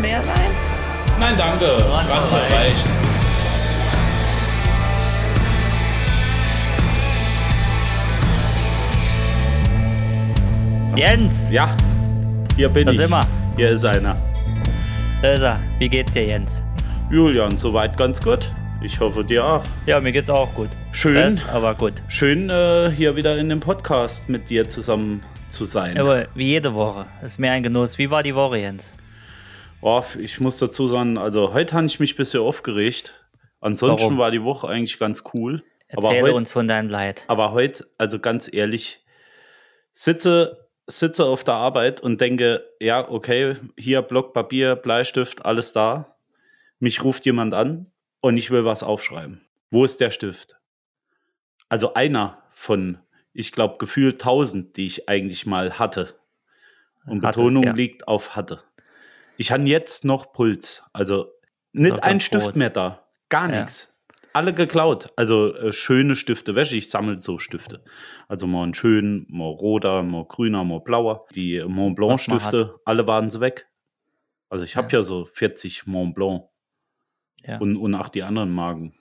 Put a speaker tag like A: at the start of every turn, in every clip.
A: mehr sein?
B: Nein, danke. Ganz reicht.
C: Jens,
B: Ja, hier bin
C: Da
B: ich.
C: sind wir.
B: Hier ist einer.
C: da ist er. Wie geht's dir, Jens?
B: Julian, soweit ganz gut. Ich hoffe dir auch.
C: Ja, mir geht's auch gut.
B: Schön.
C: Das, aber gut.
B: Schön, äh, hier wieder in dem Podcast mit dir zusammen zu sein.
C: Jawohl, wie jede Woche. Ist mir ein Genuss. Wie war die Woche, Jens?
B: Boah, Oh, ich muss dazu sagen, also heute habe ich mich ein bisschen aufgeregt. Ansonsten
C: Warum?
B: war die Woche eigentlich ganz cool. Aber
C: Erzähle
B: heute-
C: uns von deinem Leid.
B: Aber heute, also ganz ehrlich, sitze, sitze auf der Arbeit und denke, ja, okay, hier Block Papier, Bleistift, alles da. Mich ruft jemand an und ich will was aufschreiben. Wo ist der Stift? Also einer von, ich glaube, gefühlt 1000, die ich eigentlich mal hatte. Und
C: Hattest,
B: Betonung
C: ja.
B: liegt auf hatte. Ich habe jetzt noch Puls. Also
C: auch
B: nicht ein
C: ganz
B: Stift
C: rot.
B: mehr da. Gar
C: Ja.
B: nichts. Alle geklaut. Also äh, schöne Stifte. Wäsche, ich sammle so Stifte. Also mal einen schönen, mal roter, mal grüner, mal blauer. Die Mont Blanc
C: Was man
B: Stifte, alle waren sie weg. Also ich habe ja. so 40 Mont Blanc
C: Ja.
B: und, und auch die anderen Marken,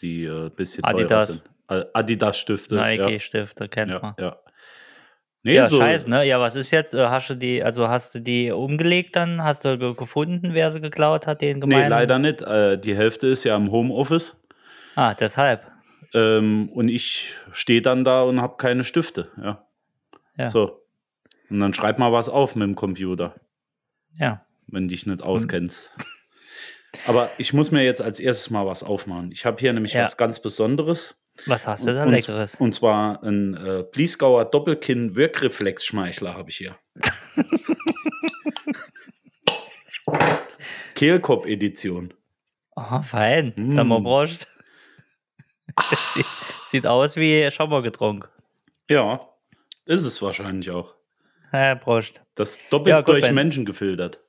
B: die äh, ein bisschen
C: Adidas.
B: teurer sind. Adidas Stifte.
C: Nike-Stifte
B: ja,
C: kennt man.
B: ja, ja. Nee,
C: ja,
B: so,
C: scheiße, ne? Ja, was ist jetzt? Äh, Hast du die, also hast du die umgelegt dann? Hast du ge- gefunden, wer sie geklaut hat, den gemeinen?
B: nee, leider nicht. Äh, die Hälfte ist ja im Homeoffice.
C: Ah, deshalb.
B: Ähm, und ich stehe dann da und habe keine Stifte. Ja.
C: Ja.
B: So. Und dann schreib mal was auf mit dem Computer,
C: Ja.
B: wenn dich nicht auskennst. Aber ich muss mir jetzt als erstes mal was aufmachen. Ich habe hier nämlich
C: Ja.
B: was ganz Besonderes.
C: Was hast du da
B: und,
C: Leckeres?
B: Und zwar ein äh, Bliesgauer Doppelkinn-Wirkreflexschmeichler habe ich hier. Kehlkopf-Edition.
C: Oh, fein.
B: Mm. Ah.
C: Dann mal Brust. Sieht aus wie Schaubergetrunk.
B: Ja, ist es wahrscheinlich auch.
C: Ja, Brust.
B: Das doppelt
C: Ja, gut,
B: durch
C: Ben.
B: Menschen gefiltert.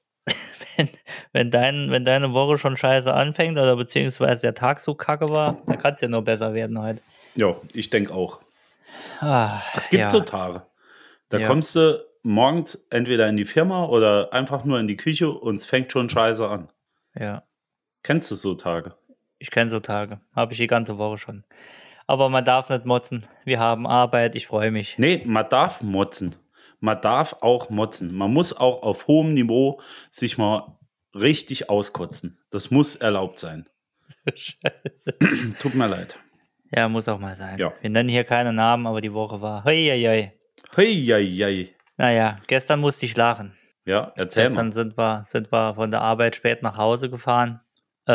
C: Wenn, dein, wenn deine Woche schon scheiße anfängt oder beziehungsweise der Tag so kacke war, dann kann es ja nur besser werden heute.
B: Ja, ich denke auch.
C: Ah,
B: Es gibt
C: ja.
B: so Tage. Da
C: Ja.
B: kommst du morgens entweder in die Firma oder einfach nur in die Küche und es fängt schon scheiße an.
C: Ja,
B: Kennst du so Tage?
C: ich kenne so Tage. Habe ich die ganze Woche schon. Aber man darf nicht motzen. Wir haben Arbeit, ich freue mich.
B: Nee, man darf motzen. Man darf auch motzen. Man muss auch auf hohem Niveau sich mal richtig auskotzen. Das muss erlaubt sein. Tut mir leid.
C: Ja, muss auch mal sein.
B: Ja.
C: Wir nennen hier keine Namen, aber die Woche war. Heieiei.
B: Hei, hei, hei.
C: Naja, gestern musste ich lachen.
B: Ja, erzähl
C: gestern
B: mal.
C: sind wir, sind wir von der Arbeit spät nach Hause gefahren. Äh,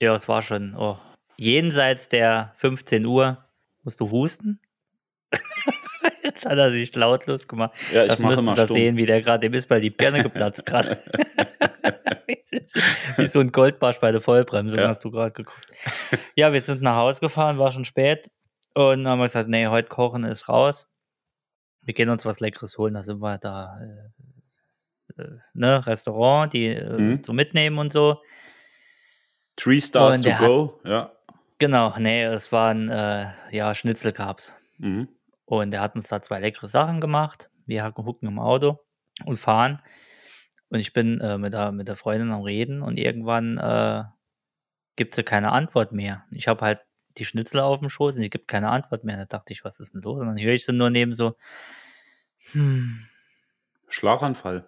C: ja, es war schon oh, jenseits der 15 Uhr. Musst du husten? Jetzt hat er sich lautlos gemacht.
B: Ja, ich
C: das
B: mache
C: müsst ihr
B: mal
C: da
B: stumm.
C: sehen, wie der gerade, dem ist bei die Birne geplatzt gerade. wie so ein Goldbarsch bei der Vollbremsung,
B: Ja.
C: hast du gerade geguckt. Ja, wir sind nach Hause gefahren, war schon spät und haben gesagt, nee, heute kochen ist raus. Wir gehen uns was Leckeres holen, da sind wir da, äh, äh, ne, Restaurant, die äh,
B: Mhm.
C: zum Mitnehmen und so.
B: Three Stars
C: Und
B: to
C: der hat-
B: go. Ja.
C: Genau, nee, es waren, äh, ja, Schnitzel gab's.
B: Mhm.
C: Und er hat uns da zwei leckere Sachen gemacht. Wir hacken- hucken im Auto und fahren. Und ich bin äh, mit, der, mit der Freundin am Reden und irgendwann äh, gibt sie keine Antwort mehr. Ich habe halt die Schnitzel auf dem Schoß und die gibt keine Antwort mehr. Da dachte ich, was ist denn los? Und dann höre ich sie nur neben so, hm.
B: Schlaganfall.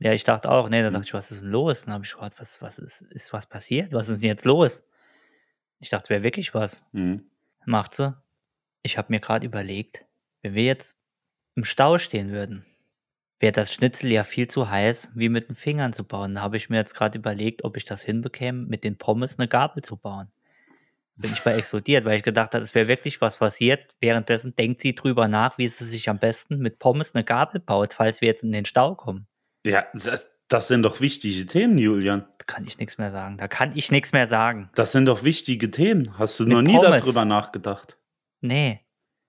C: Ja, ich dachte auch, nee, da dachte ich, was ist denn los? Dann habe ich gehört, was, was ist, ist was passiert? Was ist denn jetzt los? Ich dachte, wäre wirklich was.
B: Mhm.
C: Macht sie. Ich habe mir gerade überlegt, wenn wir jetzt im Stau stehen würden, wäre das Schnitzel ja viel zu heiß, wie mit den Fingern zu bauen. Da habe ich mir jetzt gerade überlegt, ob ich das hinbekäme, mit den Pommes eine Gabel zu bauen. Bin ich bei explodiert, weil ich gedacht habe, es wäre wirklich was passiert. Währenddessen denkt sie drüber nach, wie sie sich am besten mit Pommes eine Gabel baut, falls wir jetzt in den Stau kommen.
B: Ja, das, das sind doch wichtige Themen, Julian.
C: Da kann ich nichts mehr sagen. Da kann ich nichts mehr sagen.
B: Das sind doch wichtige Themen. Hast du
C: Mit
B: noch nie
C: Pommes.
B: darüber nachgedacht?
C: Nee.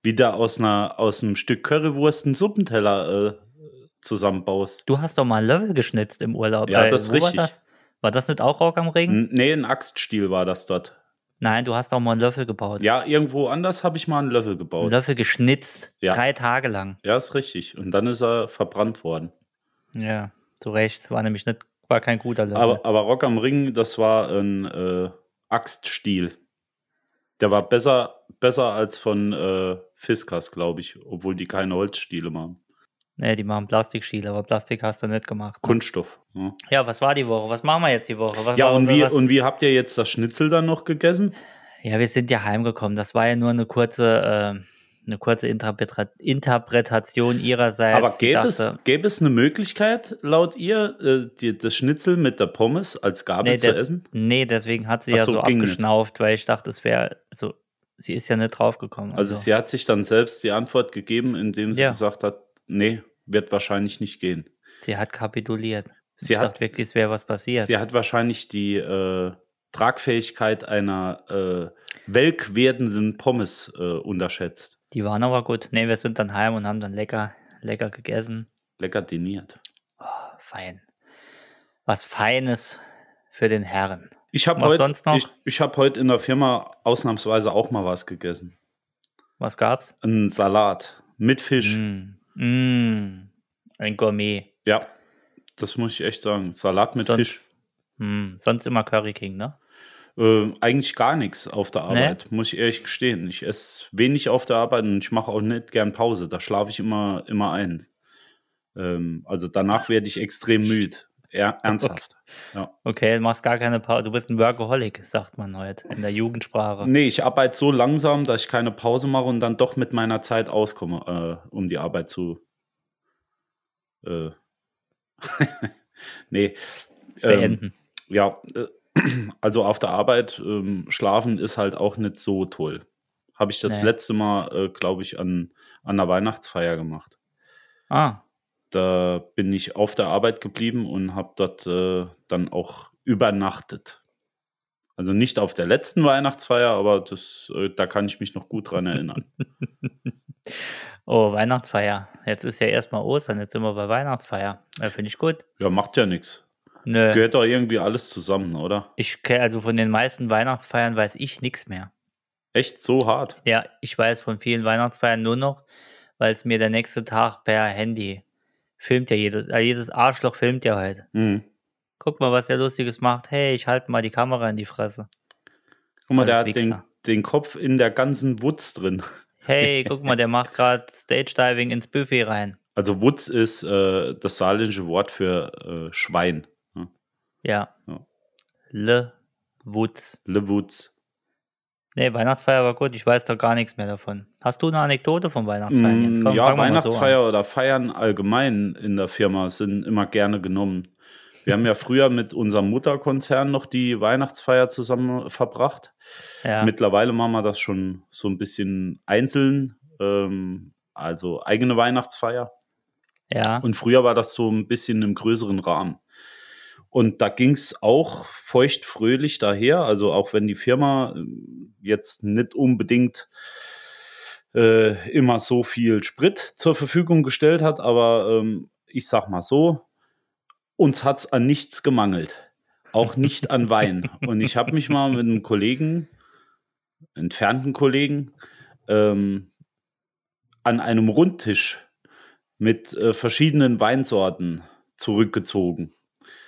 B: Wie du aus, einer, aus einem Stück Currywurst einen Suppenteller äh, zusammenbaust.
C: Du hast doch mal einen Löffel geschnitzt im Urlaub.
B: Ja, das ist
C: wo
B: richtig.
C: War das? war das nicht auch Rock am Ring?
B: N nee, ein Axtstiel war das dort.
C: Nein, du hast auch mal einen Löffel gebaut.
B: Ja, irgendwo anders habe ich mal einen Löffel
C: Einen
B: gebaut.
C: Löffel geschnitzt.
B: Ja.
C: Drei Tage lang.
B: ja, ist richtig. Und dann ist er verbrannt worden.
C: Ja. Zu Recht. War nämlich nicht War kein guter Löffel.
B: Aber, aber Rock am Ring, das war ein äh, Axtstiel. Der war besser, besser als von äh, Fiskas, glaube ich, obwohl die keine Holzstiele machen.
C: nee, die machen Plastikschiele, aber Plastik hast du nicht gemacht. ne?
B: Kunststoff. Ja,
C: Ja, was war die Woche? Was machen wir jetzt die Woche? Was
B: ja
C: war-
B: und, wie,
C: was-
B: und wie habt ihr jetzt das Schnitzel dann noch gegessen?
C: Ja, wir sind ja heimgekommen. Das war ja nur eine kurze, äh, eine kurze Interpretra- Interpretation ihrerseits.
B: aber
C: Sie
B: gäbe es,
C: dachte,
B: gäbe es eine Möglichkeit, laut ihr, äh, die, das Schnitzel mit der Pommes als Gabel
C: nee,
B: zu
C: des,
B: essen?
C: nee, deswegen hat sie
B: Ach
C: ja
B: so,
C: so
B: ging nicht.
C: abgeschnauft, weil ich dachte, es wäre, also sie ist ja nicht draufgekommen.
B: Also
C: also
B: sie hat sich dann selbst die Antwort gegeben, indem sie
C: Ja.
B: gesagt hat, nee, wird wahrscheinlich nicht gehen.
C: sie hat kapituliert.
B: Sie
C: ich
B: hat,
C: dachte wirklich, es wäre was passiert.
B: sie hat wahrscheinlich die äh, Tragfähigkeit einer äh, welk werdenden Pommes äh, unterschätzt.
C: Die waren aber gut. Nee, wir sind dann heim und haben dann lecker, lecker gegessen.
B: Lecker diniert.
C: Oh, fein. Was Feines für den Herren.
B: Ich habe
C: Was
B: heute
C: sonst noch?
B: ich, ich hab heute in der Firma ausnahmsweise auch mal was gegessen.
C: Was gab's?
B: Ein Salat mit Fisch.
C: Mm. Mm. Ein Gourmet.
B: Ja, das muss ich echt sagen. Salat mit Fisch.
C: Hm, sonst immer Curry King, ne?
B: Äh, eigentlich gar nichts auf der Arbeit, muss ich ehrlich gestehen. Ich esse wenig auf der Arbeit und ich mache auch nicht gern Pause. Da schlafe ich immer, immer ein. Ähm, also danach werde ich extrem müde. Er, ernsthaft.
C: Okay, du machst gar keine Pause. Du bist ein Workaholic, sagt man heute in der Jugendsprache.
B: Nee, ich arbeite so langsam, dass ich keine Pause mache und dann doch mit meiner Zeit auskomme, äh, um die Arbeit zu. Äh. nee. Ähm,
C: Beenden.
B: ja, äh, also auf der Arbeit ähm, schlafen ist halt auch nicht so toll. Habe ich das
C: Nee.
B: letzte Mal, äh, glaube ich, an, an einer Weihnachtsfeier gemacht.
C: ah,
B: Da bin ich auf der Arbeit geblieben und habe dort äh, dann auch übernachtet. Also nicht auf der letzten Weihnachtsfeier, aber das, äh, da kann ich mich noch gut dran erinnern.
C: oh, Weihnachtsfeier. Jetzt ist ja erstmal Ostern, jetzt sind wir bei Weihnachtsfeier. Ja, Finde ich gut.
B: ja, macht ja nichts.
C: Nö.
B: Gehört doch irgendwie alles zusammen, oder?
C: Ich kenn- also von den meisten Weihnachtsfeiern weiß ich nichts mehr.
B: Echt so hart.
C: Ja, ich weiß von vielen Weihnachtsfeiern nur noch, weil es mir der nächste Tag per Handy filmt ja jedes, äh, jedes Arschloch filmt ja heute.
B: Mhm.
C: Guck mal, was der Lustiges macht. Hey, ich halte mal die Kamera in die Fresse.
B: Guck mal, der hat
C: Alles
B: den,
C: Wichser.
B: den Kopf in der ganzen Wutz drin.
C: Hey, guck mal, der macht gerade Stage Diving ins Buffet rein.
B: Also Wutz ist äh, das saarländische Wort für äh, Schwein.
C: Ja.
B: Ja.
C: Le Wutz.
B: Le Wutz.
C: Nee, Weihnachtsfeier war gut, ich weiß doch gar nichts mehr davon. Hast du eine Anekdote von Weihnachtsfeiern? Jetzt
B: Mm,
C: komm,
B: ja,
C: fangen wir mal so an.
B: Weihnachtsfeier oder Feiern allgemein in der Firma sind immer gerne genommen. Wir haben ja früher mit unserem Mutterkonzern noch die Weihnachtsfeier zusammen äh, verbracht.
C: Ja.
B: Mittlerweile machen wir das schon so ein bisschen einzeln, ähm, also eigene Weihnachtsfeier.
C: ja.
B: Und früher war das so ein bisschen im größeren Rahmen. Und da ging es auch feuchtfröhlich daher. Also auch wenn die Firma ähm, jetzt nicht unbedingt äh, immer so viel Sprit zur Verfügung gestellt hat, aber ähm, ich sag mal so, uns hat es an nichts gemangelt. Auch nicht an Wein. Und ich habe mich mal mit einem Kollegen, entfernten Kollegen, ähm, an einem Rundtisch mit äh, verschiedenen Weinsorten zurückgezogen.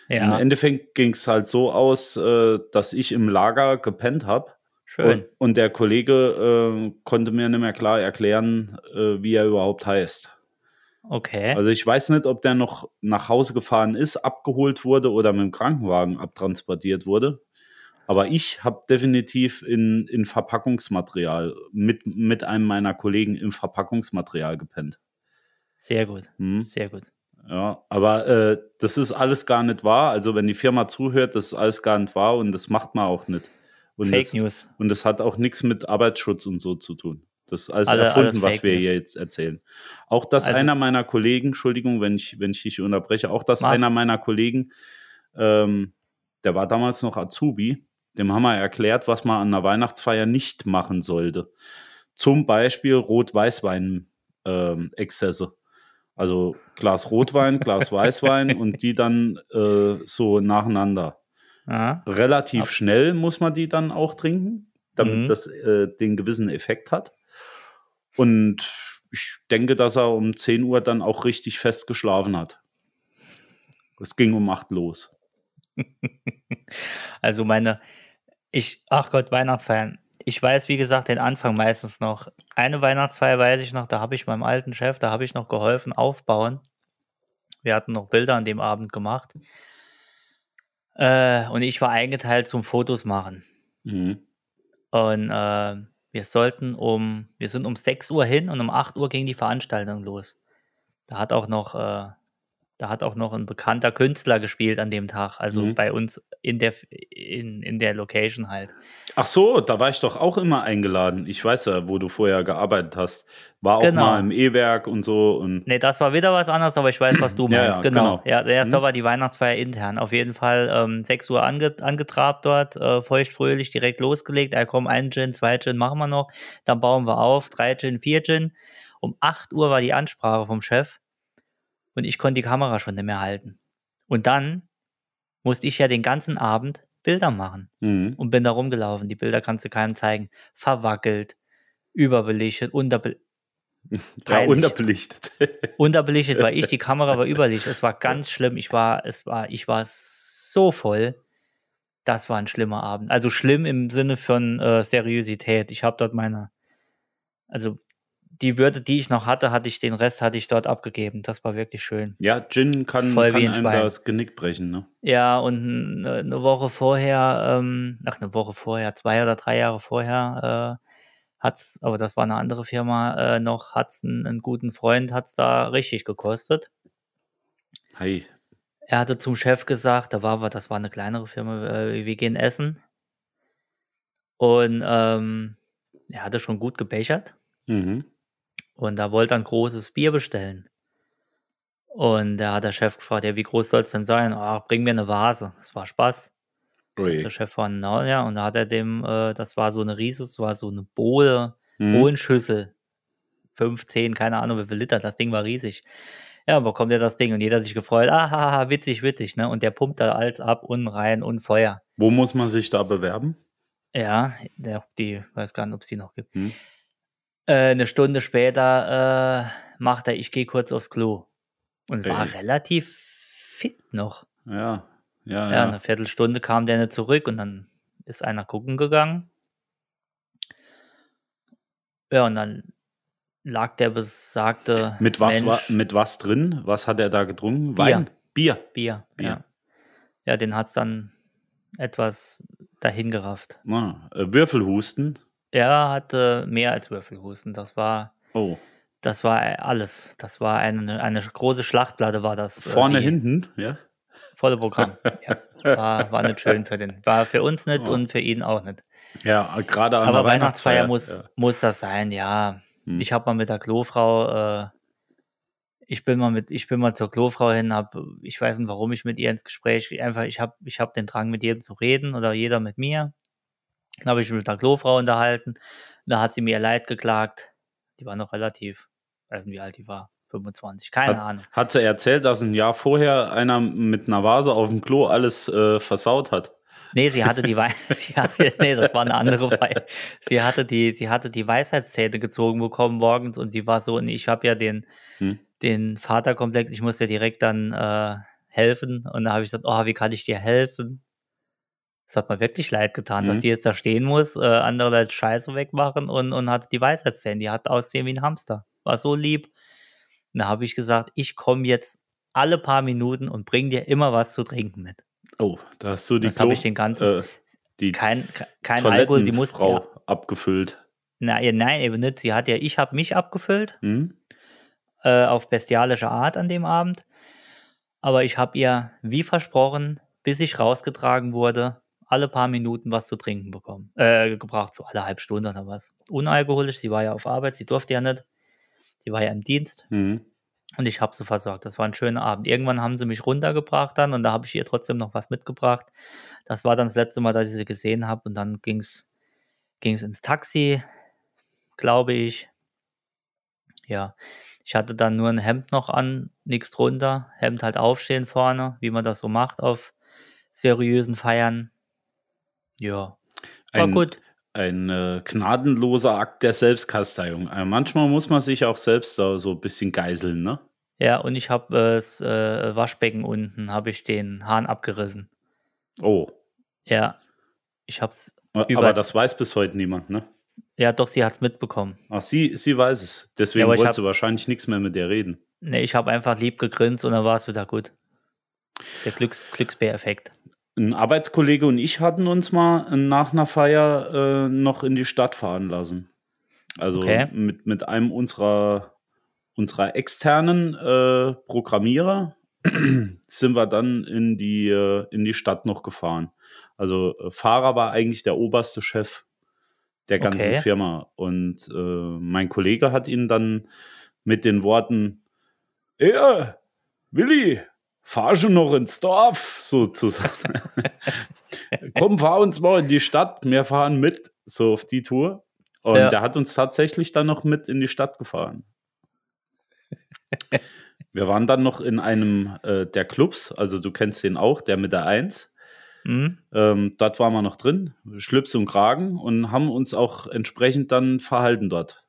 B: Im
C: ja.
B: Endeffekt ging es halt so aus, äh, dass ich im Lager gepennt habe.
C: Schön.
B: Und, und der Kollege äh, konnte mir nicht mehr klar erklären, äh, wie er überhaupt heißt.
C: Okay.
B: Also ich weiß nicht, ob der noch nach Hause gefahren ist, abgeholt wurde oder mit dem Krankenwagen abtransportiert wurde. Aber ich habe definitiv in, in Verpackungsmaterial mit, mit einem meiner Kollegen im Verpackungsmaterial gepennt.
C: sehr gut.
B: Hm?
C: Sehr gut.
B: Ja, aber äh, das ist alles gar nicht wahr. Also wenn die Firma zuhört, das ist alles gar nicht wahr und das macht man auch nicht. Und,
C: Fake
B: das,
C: News.
B: und das hat auch nichts mit Arbeitsschutz und so zu tun. Das ist alles
C: Alle-
B: erfunden,
C: alles
B: was
C: Fake
B: wir
C: News.
B: hier jetzt erzählen. Auch dass
C: Also-
B: einer meiner Kollegen, Entschuldigung, wenn ich, wenn ich dich unterbreche, auch dass
C: Mach.
B: einer meiner Kollegen, ähm, der war damals noch Azubi, dem haben wir erklärt, was man an einer Weihnachtsfeier nicht machen sollte. Zum Beispiel Rot-Weißwein-Exzesse. also Glas Rotwein, Glas Weißwein und die dann äh, so nacheinander
C: Ja.
B: relativ
C: Ab-
B: schnell muss man die dann auch trinken, damit
C: Mhm.
B: das äh, den gewissen Effekt hat. Und ich denke, dass er um 10 Uhr dann auch richtig fest geschlafen hat. Es ging um 8 los.
C: also meine, ich, ach Gott, Weihnachtsfeiern. Ich weiß, wie gesagt, den Anfang meistens noch. Eine Weihnachtsfeier weiß ich noch, da habe ich meinem alten Chef, da habe ich noch geholfen aufbauen. Wir hatten noch Bilder an dem Abend gemacht. Äh, und ich war eingeteilt zum Fotos machen.
B: Mhm.
C: Und äh, wir sollten um, wir sind um 6 Uhr hin und um 8 Uhr ging die Veranstaltung los. Da hat auch noch, äh, da hat auch noch ein bekannter Künstler gespielt an dem Tag, also
B: Mhm.
C: bei uns in der, in, in der Location halt.
B: Ach so, da war ich doch auch immer eingeladen. Ich weiß ja, wo du vorher gearbeitet hast. War auch
C: Genau.
B: mal im E-Werk und so. Und
C: Nee, das war wieder was anderes, aber ich weiß, was du
B: Ja, ja,
C: meinst. genau.
B: genau.
C: Ja, erst
B: Mhm.
C: da war die Weihnachtsfeier intern. Auf jeden Fall ähm, 6 Uhr ange angetrabt dort, äh, feuchtfröhlich direkt losgelegt. Da kommen ein Gin, zwei Gin machen wir noch. Dann bauen wir auf, drei Gin, vier Gin. Um 8 Uhr war die Ansprache vom Chef und ich konnte die Kamera schon nicht mehr halten. Und dann musste ich ja den ganzen Abend Bilder machen
B: mhm.
C: und bin da rumgelaufen. Die Bilder kannst du keinem zeigen. Verwackelt, überbelichtet, unterbelichtet.
B: ja,
C: Peinlich.
B: unterbelichtet.
C: unterbelichtet war ich, die Kamera war überlichtet. Es war ganz schlimm. Ich war, es war, ich war so voll. Das war ein schlimmer Abend. Also schlimm im Sinne von äh, Seriosität. Ich habe dort meine, also die Würde, die ich noch hatte, hatte ich den Rest hatte ich dort abgegeben. Das war wirklich schön.
B: ja, Gin kann,
C: Voll wie
B: kann
C: ein
B: einem
C: Schwein.
B: das Genick brechen. Ne?
C: Ja, und äh, eine Woche vorher, ähm, ach eine Woche vorher, zwei oder drei Jahre vorher, äh, hat's, aber das war eine andere Firma äh, noch, hat's einen, einen guten Freund, hat's da richtig gekostet.
B: Hey.
C: Er hatte zum Chef gesagt, da war wir, das war eine kleinere Firma, äh, wir gehen essen. Und ähm, er hatte schon gut gebechert
B: Mhm.
C: und da wollte er ein großes Bier bestellen. Und da hat der Chef gefragt, ja, wie groß soll es denn sein? Ah, bring mir eine Vase. Das war Spaß.
B: Ui.
C: Der Chef war, na ja, und da hat er dem, äh, das war so eine Riese, das war so eine Bohle,
B: Mhm.
C: Bohlenschüssel. 15, keine Ahnung, wie viel Liter. Das Ding war riesig. Ja, bekommt er das Ding und jeder hat sich gefreut. Ah, ha, ha, witzig, witzig, ne? Und der pumpt da alles ab, unten rein und Feuer.
B: Wo muss man sich da bewerben?
C: Ja, der, die weiß gar nicht, ob es die noch gibt.
B: Hm.
C: Äh, eine Stunde später äh, macht er, ich gehe kurz aufs Klo. Und war
B: Ey.
C: relativ fit noch.
B: Ja. Ja,
C: Ja,
B: Ah,
C: ne.
B: ja.
C: eine Viertelstunde kam der nicht zurück und dann ist einer gucken gegangen. Ja, und dann lag der besagte
B: Mit, was war,
C: Mensch,
B: mit was drin? Was hat er da getrunken?
C: Bier.
B: Wein? Bier.
C: Bier.
B: Bier.
C: Ja. ja, den hat es dann etwas dahin gerafft.
B: Na, äh, Würfelhusten.
C: Er hatte mehr als Würfelhusten. Das war,
B: Oh.
C: das war alles. Das war eine, eine große Schlachtplatte, war das. äh,
B: Vorne,
C: die
B: hinten, ja.
C: Volle Programm. Ja. War, war nicht schön für den. War für uns nicht
B: Oh.
C: und für ihn auch nicht.
B: Ja, gerade an
C: Aber
B: der
C: Weihnachtsfeier,
B: Weihnachtsfeier
C: muss,
B: Ja.
C: muss das sein, ja.
B: Hm.
C: Ich habe mal mit der Klofrau, äh, ich bin mal mit, ich bin mal zur Klofrau hin, hab, ich weiß nicht, warum ich mit ihr ins Gespräch, einfach, ich habe ich hab den Drang, mit jedem zu reden oder jeder mit mir. Dann habe ich mich mit der Klofrau unterhalten. Da hat sie mir ihr Leid geklagt. Die war noch relativ, weiß nicht, wie alt die war, 25, keine Ahnung.
B: Hat sie erzählt, dass ein Jahr vorher einer mit einer Vase auf dem Klo alles äh, versaut hat?
C: Nee, sie hatte die Wei sie hatte, nee, das war eine andere Wei sie hatte die sie hatte die Weisheitszähne gezogen bekommen morgens und sie war so und ich habe ja den
B: Hm.
C: den Vaterkomplex, ich muss ja direkt dann äh, helfen und da habe ich gesagt, oh, wie kann ich dir helfen? Das hat mir wirklich leid getan, dass
B: Mhm.
C: die jetzt da stehen muss, äh, andererseits Scheiße wegmachen und und hatte die Weisheitszähne, die hat aussehen wie ein Hamster. War so lieb. Und da habe ich gesagt, ich komme jetzt alle paar Minuten und bring dir immer was zu trinken mit.
B: Oh, da hast du die
C: Das habe ich den ganzen
B: äh, die
C: kein, ke- kein Alkohol, sie musste
B: Toilettenfrau
C: ja,
B: abgefüllt.
C: na, ja, nein, eben nicht, sie hat ja, ich habe mich abgefüllt,
B: Hm?
C: äh, auf bestialische Art an dem Abend, aber ich habe ihr, wie versprochen, bis ich rausgetragen wurde, alle paar Minuten was zu trinken bekommen, äh, gebracht, so alle halbe Stunde oder was. Unalkoholisch, sie war ja auf Arbeit, sie durfte ja nicht, sie war ja im Dienst,
B: Hm.
C: und ich habe sie versorgt. Das war ein schöner Abend. Irgendwann haben sie mich runtergebracht dann und da habe ich ihr trotzdem noch was mitgebracht. Das war dann das letzte Mal, dass ich sie gesehen habe und dann ging's ging's ins Taxi, glaube ich. Ja, ich hatte dann nur ein Hemd noch an, nichts drunter. Hemd halt aufstehen vorne, wie man das so macht auf seriösen Feiern. Ja, war
B: Ein,
C: gut.
B: ein äh, gnadenloser Akt der Selbstkasteiung. Äh, manchmal muss man sich auch selbst da so ein bisschen geißeln, ne?
C: Ja, und ich habe äh, das äh, Waschbecken unten, habe ich den Hahn abgerissen.
B: Oh, Äh,
C: Ja, ich hab's. Über-
B: aber das weiß bis heute niemand, ne?
C: Ja, doch, sie hat's mitbekommen.
B: Ach, sie, sie weiß es.
C: Ja,
B: Deswegen
C: aber ich
B: wolltest du wahrscheinlich nichts mehr mit der reden.
C: Nee, ich habe einfach lieb gegrinst und dann war es wieder gut. Das ist der Glücks Glücksbär-Effekt.
B: Ein Arbeitskollege und ich hatten uns mal äh, nach einer Feier äh, noch in die Stadt fahren lassen. Also
C: Okay.
B: mit, mit einem unserer, unserer externen äh, Programmierer sind wir dann in die, äh, in die Stadt noch gefahren. Also äh, Fahrer war eigentlich der oberste Chef der ganzen
C: Okay.
B: Firma. Und äh, mein Kollege hat ihn dann mit den Worten, ja, Willi, fahr schon noch ins Dorf, sozusagen. Komm, fahr uns mal in die Stadt, wir fahren mit, so auf die Tour. Und
C: Ja.
B: der hat uns tatsächlich dann noch mit in die Stadt gefahren. Wir waren dann noch in einem äh, der Clubs, also du kennst den auch, der mit der Eins.
C: Hm?
B: Ähm, dort waren wir noch drin, Schlips und Kragen und haben uns auch entsprechend dann verhalten dort.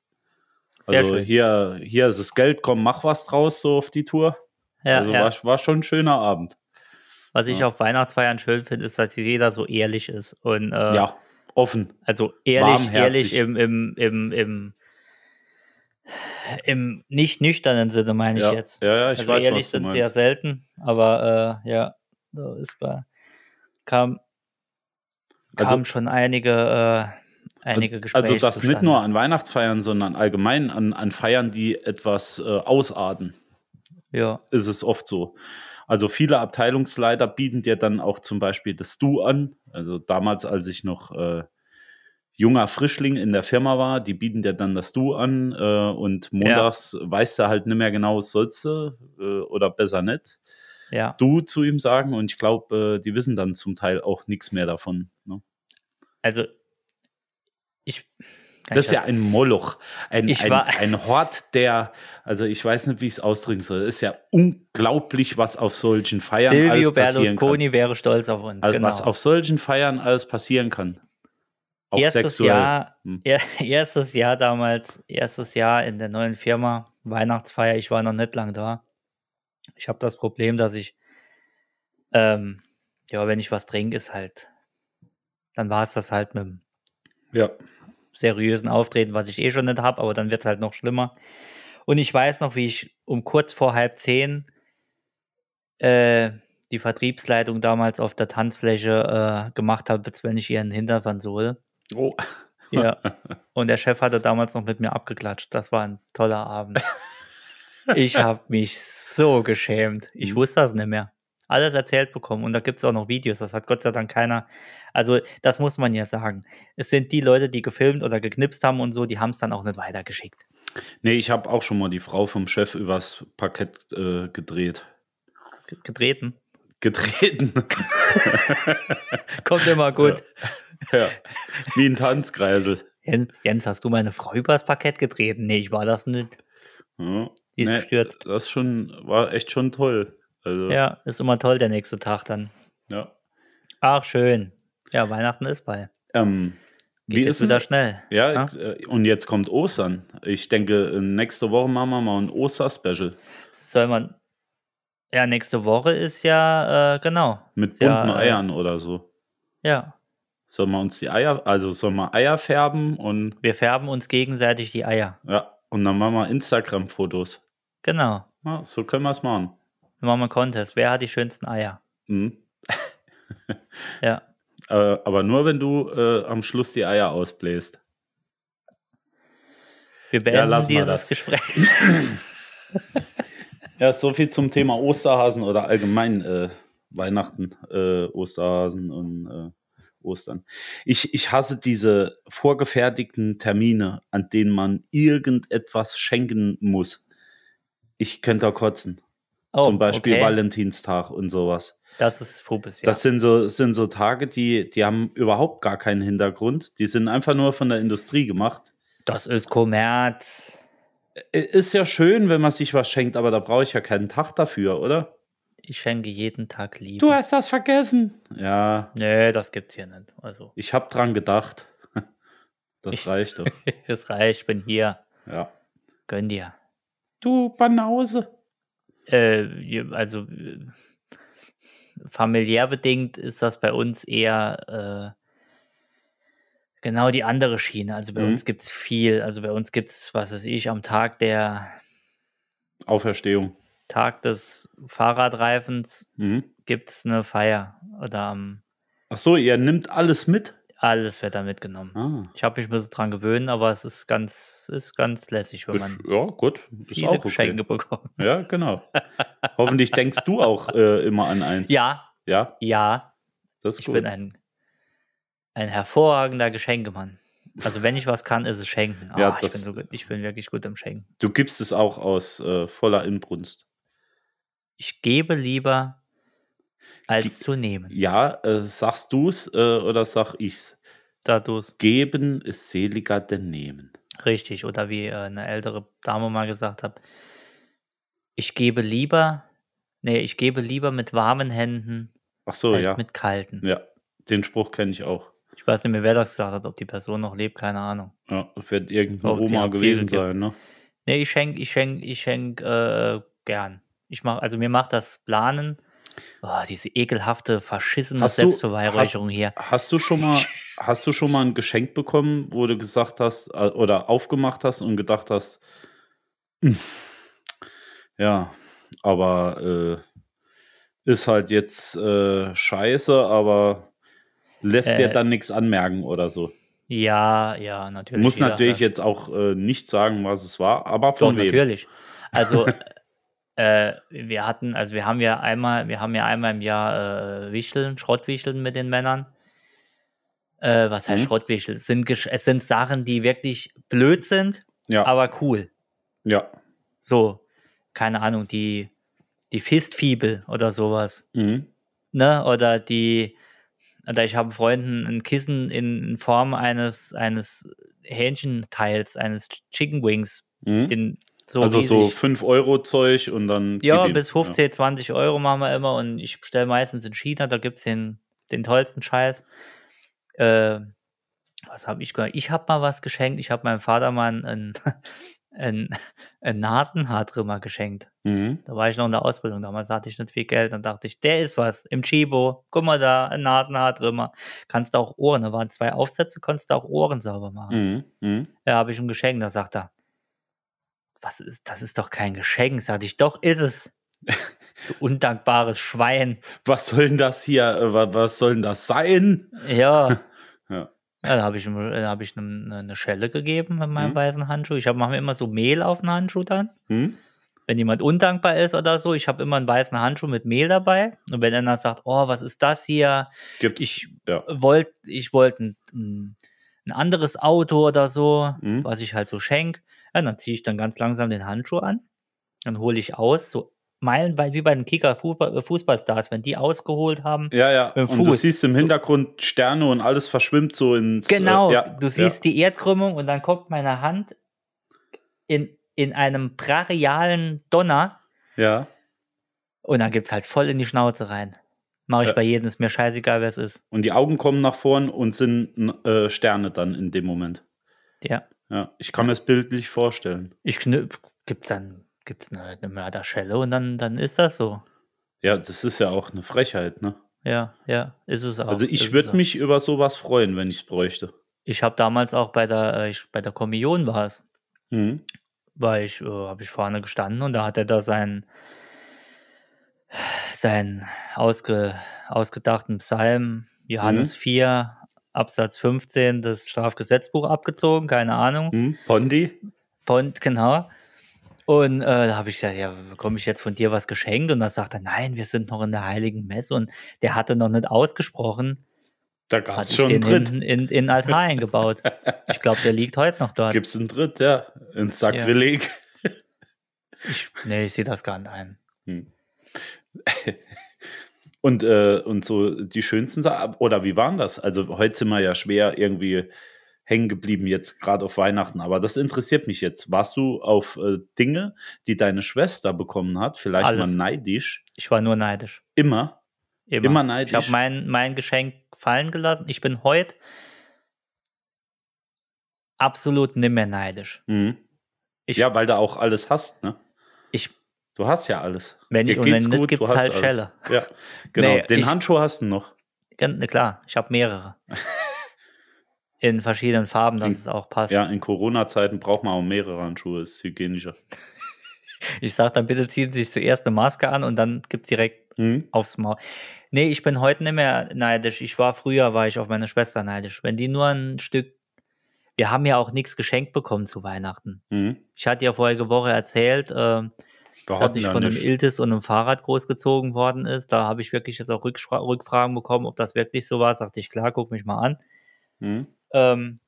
C: Sehr
B: also
C: schön.
B: hier, hier ist das Geld, komm, mach was draus, so auf die Tour.
C: Ja,
B: also
C: ja.
B: War, war schon ein schöner Abend.
C: Was ich
B: ja.
C: auf Weihnachtsfeiern schön finde, ist, dass jeder so ehrlich ist. Und äh,
B: Ja, offen.
C: also ehrlich,
B: Warmherzig.
C: ehrlich im, im, im, im, im nicht nüchternen Sinne, meine
B: ja.
C: ich jetzt.
B: ja, ja, ich
C: also
B: weiß,
C: ehrlich
B: was du
C: sind
B: meinst.
C: sie ja selten, aber äh, ja, so ist bei kam
B: Also-
C: kamen schon einige äh, einige Gespräche.
B: also das nicht
C: zustande.
B: nur an Weihnachtsfeiern, sondern allgemein an, an Feiern, die etwas äh, ausarten,
C: ja,
B: ist es oft so. Also viele Abteilungsleiter bieten dir dann auch zum Beispiel das Du an. Also damals, als ich noch äh, junger Frischling in der Firma war, die bieten dir dann das Du an äh, und montags weißt du halt nicht mehr genau, sollst du äh, oder besser nicht
C: ja.
B: Du zu ihm sagen und ich glaube, äh, die wissen dann zum Teil auch nichts mehr davon. Ne?
C: Also ich kann
B: Das
C: ich
B: ist ja
C: das-
B: ein Moloch, ein,
C: Ich
B: ein,
C: war-
B: ein Hort, der, also ich weiß nicht, wie ich es ausdrücken soll. Es ist ja unglaublich, was auf solchen Feiern
C: Silvio
B: alles passieren
C: Berlusconi wäre stolz auf uns.
B: kann. Also
C: genau.
B: was auf solchen Feiern alles passieren kann. Auch
C: erstes
B: sexuell.
C: Jahr,
B: Hm.
C: er, erstes Jahr damals, erstes Jahr in der neuen Firma, Weihnachtsfeier, ich war noch nicht lang da. Ich habe das Problem, dass ich, ähm, ja, wenn ich was trinke, ist halt, dann war es das halt mit dem
B: Ja.
C: seriösen Auftreten, was ich eh schon nicht habe, aber dann wird es halt noch schlimmer. Und ich weiß noch, wie ich um kurz vor halb zehn äh, die Vertriebsleitung damals auf der Tanzfläche äh, gemacht habe, als wenn ich ihren Hinterfansohle.
B: Oh.
C: Ja. Und der Chef hatte damals noch mit mir abgeklatscht. Das war ein toller Abend. Ich habe mich so geschämt. Ich
B: Mhm.
C: wusste das nicht mehr. Alles erzählt bekommen. Und da gibt es auch noch Videos. Das hat Gott sei Dank keiner. Also, das muss man ja sagen. Es sind die Leute, die gefilmt oder geknipst haben und so, die haben es dann auch nicht weitergeschickt.
B: Nee, ich habe auch schon mal die Frau vom Chef übers Parkett äh, gedreht.
C: G- Getreten.
B: Getreten.
C: Kommt immer gut.
B: ja. Wie ein Tanzkreisel.
C: Jens, Jens, hast du meine Frau übers Parkett getreten? Nee, ich war das nicht.
B: Ja.
C: Die ist
B: Nee,
C: gestürzt.
B: Das ist schon, war echt schon toll. Also,
C: Ja, ist immer toll der nächste Tag dann.
B: ja.
C: Ach, schön. Ja, Weihnachten ist bei.
B: Ähm,
C: Geht jetzt
B: denn-
C: wieder schnell.
B: Ja,
C: Ah.
B: äh, und jetzt kommt Ostern. Ich denke, äh, nächste Woche machen wir mal ein Oster-Special
C: Soll man. Ja, nächste Woche ist ja, äh, genau.
B: mit
C: Ist
B: bunten
C: ja, äh,
B: Eiern oder so.
C: Ja.
B: Sollen wir uns die Eier, also sollen wir Eier färben und
C: Wir färben uns gegenseitig die Eier.
B: ja, und dann machen wir Instagram-Fotos.
C: Genau.
B: Ja, so können wir es machen.
C: Wir machen einen Contest. Wer hat die schönsten Eier?
B: Mhm.
C: Ja.
B: Äh, aber nur, wenn du äh, am Schluss die Eier ausbläst.
C: Wir beenden
B: lassen wir
C: dieses
B: das.
C: Gespräch.
B: Ja, so viel zum Thema Osterhasen oder allgemein äh, Weihnachten, äh, Osterhasen und äh, Ostern. Ich, ich hasse diese vorgefertigten Termine, an denen man irgendetwas schenken muss. Ich könnte da kotzen.
C: Oh,
B: zum Beispiel
C: okay.
B: Valentinstag und sowas.
C: Das ist Fubis, ja.
B: Das sind so, sind so Tage, die, die haben überhaupt gar keinen Hintergrund. Die sind einfach nur von der Industrie gemacht.
C: das ist Kommerz.
B: Äh, Ist ja schön, wenn man sich was schenkt, aber da brauche ich ja keinen Tag dafür, oder?
C: Ich schenke jeden Tag Liebe.
B: Du hast das vergessen. Ja,
C: Nee, das gibt's hier nicht. Also,
B: ich habe dran gedacht. Das reicht doch.
C: das reicht, ich bin hier.
B: ja.
C: Gönn dir.
B: Du Banause.
C: Äh, also, äh, familiär bedingt ist das bei uns eher äh, genau die andere Schiene. Also bei
B: Mhm.
C: uns gibt es viel. Also bei uns gibt es, was weiß ich, am Tag der
B: Auferstehung.
C: Tag des Fahrradreifens
B: Mhm.
C: gibt es eine Feier. Oder am
B: Ach so, ihr nimmt alles mit.
C: alles wird da mitgenommen.
B: Ah.
C: Ich habe mich ein bisschen dran gewöhnen, aber es ist ganz, ist ganz lässig, wenn
B: Ist,
C: man
B: ja, gut. Ist
C: viele
B: auch okay.
C: Geschenke bekommt.
B: Ja, genau. Hoffentlich denkst du auch äh, immer an eins.
C: Ja,
B: Ja,
C: ja,
B: das ist
C: Ich
B: gut.
C: bin ein, ein hervorragender Geschenkemann. Also wenn ich was kann, ist es schenken.
B: Ja,
C: Ah, ich,
B: das-
C: bin so, gut- ich bin wirklich gut im Schenken.
B: du gibst es auch aus äh, voller Inbrunst.
C: Ich gebe lieber, als
B: Die-
C: zu nehmen.
B: Ja, äh, sagst du es äh, oder sag ich's?
C: Da du es
B: Geben ist seliger denn nehmen.
C: richtig. Oder wie äh, eine ältere Dame mal gesagt hat, ich gebe lieber, nee, ich gebe lieber mit warmen Händen
B: Ach so,
C: als
B: ja.
C: mit kalten.
B: Ja, den Spruch kenne ich auch.
C: Ich weiß nicht mehr, wer das gesagt hat, ob die Person noch lebt, keine Ahnung.
B: Ja, das wird irgendeine
C: Oh, sie
B: Oma
C: haben viel
B: gewesen
C: gegeben.
B: sein, ne?
C: Nee, ich schenke, ich schenke, ich schenke äh, gern. Ich mach, also mir macht das Planen, oh, diese ekelhafte, verschissene
B: Hast du-
C: Selbstverweihräucherung hier.
B: Hast du schon mal, hast du schon mal ein Geschenk bekommen, wo du gesagt hast äh, oder aufgemacht hast und gedacht hast, "Hm, ja, aber äh, ist halt jetzt äh, scheiße, aber lässt dir
C: Äh,
B: dann nichts anmerken oder so.
C: Ja, ja, natürlich.
B: Muss
C: jeder
B: natürlich
C: das.
B: jetzt auch äh, nicht sagen, was es war, aber
C: Doch,
B: von wem?
C: natürlich. Also äh, wir hatten, also wir haben ja einmal, wir haben ja einmal im Jahr äh, Wichteln, Schrottwichteln mit den Männern. Äh, was heißt
B: Mhm.
C: Schrottwichteln? Es sind, Gesch- es sind Sachen, die wirklich blöd sind,
B: Ja.
C: aber cool.
B: Ja.
C: So, keine Ahnung, die, die Fistfiebel oder sowas.
B: Mhm.
C: ne, oder die, oder ich habe Freunden ein Kissen in, in Form eines, eines Hähnchenteils, eines Chicken Wings
B: Mhm.
C: in so
B: also so
C: riesig.
B: 5-Euro-Zeug und dann.
C: ja,
B: gib ihm.
C: bis 15, 20 Euro machen wir immer und ich bestelle meistens in China, da gibt es den, den tollsten Scheiß. Äh, was habe ich gehört? Ich habe mal was geschenkt, ich habe meinem Vater mal ein, ein, ein, ein Nasenhaartrimmer geschenkt.
B: Ja. Mhm.
C: Da war ich noch in der Ausbildung, damals hatte ich nicht viel Geld. Dann dachte ich, der ist was, im Chibo, guck mal da, ein Nasenhaar drimmer. Kannst du auch Ohren, da waren zwei Aufsätze, konntest du auch Ohren sauber machen.
B: Mhm. Mhm.
C: Ja, habe ich ihm geschenkt, da sagt er, was ist, das ist doch kein Geschenk, sagte ich, doch ist es. Du undankbares Schwein.
B: was soll denn das hier, äh, wa- was soll denn das sein?
C: Ja.
B: Ja.
C: Dann habe ich, ihm- dann hab ich ihm eine Schelle gegeben mit meinem
B: Mhm.
C: weißen Handschuh. Ich mache mir immer so Mehl auf den Handschuh dann.
B: Hm?
C: wenn jemand undankbar ist oder so, ich habe immer einen weißen Handschuh mit Mehl dabei. Und wenn einer sagt, oh, was ist das hier?
B: Gibt's?
C: Ich-
B: ja.
C: Wollt, ich wollte ein, ein, ein anderes Auto oder so,
B: Mhm.
C: was ich halt so schenk. Ja, dann ziehe ich dann ganz langsam den Handschuh an. Dann hole ich aus, so meilenweit wie bei den Kicker Fußball, Fußballstars, wenn die ausgeholt haben.
B: ja, ja.
C: Im
B: Und du
C: Fuß.
B: siehst im
C: So.
B: Hintergrund Sterne und alles verschwimmt so ins.
C: Genau,
B: äh, ja,
C: du siehst die Erdkrümmung und dann kommt meine Hand in, in einem brachialen Donner
B: Ja. ja.
C: Und dann gibt's halt voll in die Schnauze rein. Mache ich
B: Ja.
C: bei jedem, ist mir scheißegal, wer es ist.
B: Und die Augen kommen nach vorn und sind n- äh, Sterne dann in dem Moment.
C: Ja.
B: Ja. Ich kann mir das bildlich vorstellen.
C: Ich knüpf, gibt's dann, gibt's eine, eine Mörderschelle und dann, dann ist das so.
B: Ja, das ist ja auch eine Frechheit, ne?
C: Ja, ja, ist es auch.
B: Also
C: ist
B: ich
C: es
B: würde
C: auch.
B: mich über sowas freuen, wenn ich es bräuchte.
C: Ich habe damals auch bei der, äh, ich, bei der Kommunion war es,
B: Mhm.
C: war ich, äh, habe ich vorne gestanden und da hat er da seinen, seinen ausge, ausgedachten Psalm Johannes
B: Mhm.
C: 4, Absatz 15 des Strafgesetzbuch abgezogen, keine Ahnung.
B: Mhm. Pondi?
C: Bond, genau. Und äh, da habe ich gesagt, ja, bekomme ich jetzt von dir was geschenkt? Und dann sagt er, nein, wir sind noch in der Heiligen Messe und der hatte noch nicht ausgesprochen,
B: Da
C: hat
B: gab es
C: ich
B: schon einen
C: den
B: Tritt.
C: in, in, in Altar eingebaut. Ich glaube, der liegt heute noch dort.
B: Gibt es einen Tritt, ja. Ins Sakrileg.
C: Ich, nee, ich sehe das gar nicht ein.
B: Hm. Und, äh, und so die schönsten Sachen, oder wie waren das? Also heute sind wir ja schwer irgendwie hängen geblieben, jetzt gerade auf Weihnachten, aber das interessiert mich jetzt. Warst du auf äh, Dinge, die deine Schwester bekommen hat, vielleicht
C: Alles.
B: mal neidisch?
C: Ich war nur neidisch.
B: Immer?
C: Immer,
B: Immer neidisch.
C: Ich habe mein, mein Geschenk fallen gelassen. Ich bin heute absolut nimmer neidisch.
B: Mhm.
C: Ich-
B: ja, weil du auch alles hast, ne?
C: Ich
B: Du hast ja alles.
C: Wenn
B: Dir
C: ich- und wenn
B: geht's
C: nicht,
B: gut, du
C: gibt's
B: hast
C: halt
B: alles.
C: Schelle.
B: Ja, genau.
C: Nee,
B: Den
C: ich-
B: Handschuh hast du noch.
C: Ganz, na klar, ich habe mehrere. In verschiedenen Farben, dass
B: In-
C: es auch passt.
B: Ja, in Corona-Zeiten braucht man auch mehrere Handschuhe, ist hygienischer.
C: Ich sage dann, bitte ziehen Sie sich zuerst eine Maske an und dann gibt es direkt
B: Hm?
C: aufs Maul. Nee, ich bin heute nicht mehr neidisch. Ich war früher, war ich auf meine Schwester neidisch. Wenn die nur ein Stück. Wir haben ja auch nichts geschenkt bekommen zu Weihnachten.
B: Hm?
C: Ich hatte ja vorige Woche erzählt, ähm,
B: Wir
C: dass
B: hatten
C: ich
B: ja
C: von einem
B: nicht.
C: Iltis und einem Fahrrad großgezogen worden ist. Da habe ich wirklich jetzt auch Rückspra- Rückfragen bekommen, ob das wirklich so war. Sagte ich, klar, guck mich mal an.
B: Hm?
C: Ähm,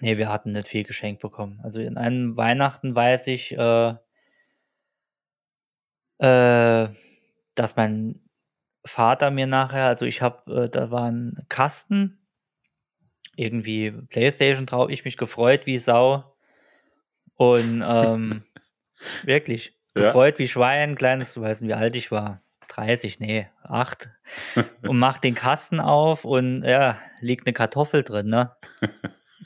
C: nee, wir hatten nicht viel geschenkt bekommen. Also in einem Weihnachten weiß ich, äh, äh, dass mein Vater mir nachher, also ich habe, äh, da war ein Kasten, irgendwie Playstation drauf, ich mich gefreut wie Sau. Und ähm, wirklich,
B: Ja.
C: gefreut wie Schwein, kleines, du weißt, wie alt ich war. 30, nee, 8. Und mach den Kasten auf und ja, liegt eine Kartoffel drin, ne?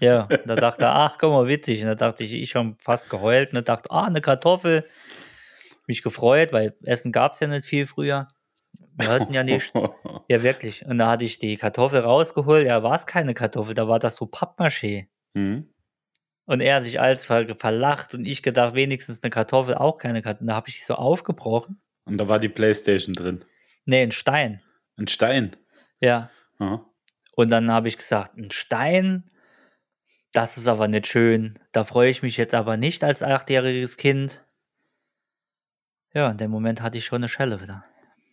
C: Ja, da dachte er, ach, guck mal, witzig. Und da dachte ich, ich schon fast geheult. Und da dachte, ah, eine Kartoffel. Mich gefreut, weil Essen gab es ja nicht viel früher. Wir hatten ja nicht. Ja, wirklich. Und da hatte ich die Kartoffel rausgeholt. Ja, war es keine Kartoffel, da war das so Pappmaché.
B: Hm?
C: Und er sich als ver verlacht und ich gedacht, wenigstens eine Kartoffel, auch keine Kartoffel. Da habe ich die so aufgebrochen.
B: Und da war die Playstation drin.
C: Nee, ein Stein.
B: Ein Stein.
C: Ja.
B: Ja.
C: Und dann habe ich gesagt, ein Stein, das ist aber nicht schön. Da freue ich mich jetzt aber nicht als achtjähriges Kind. Ja, in dem Moment hatte ich schon eine Schelle wieder.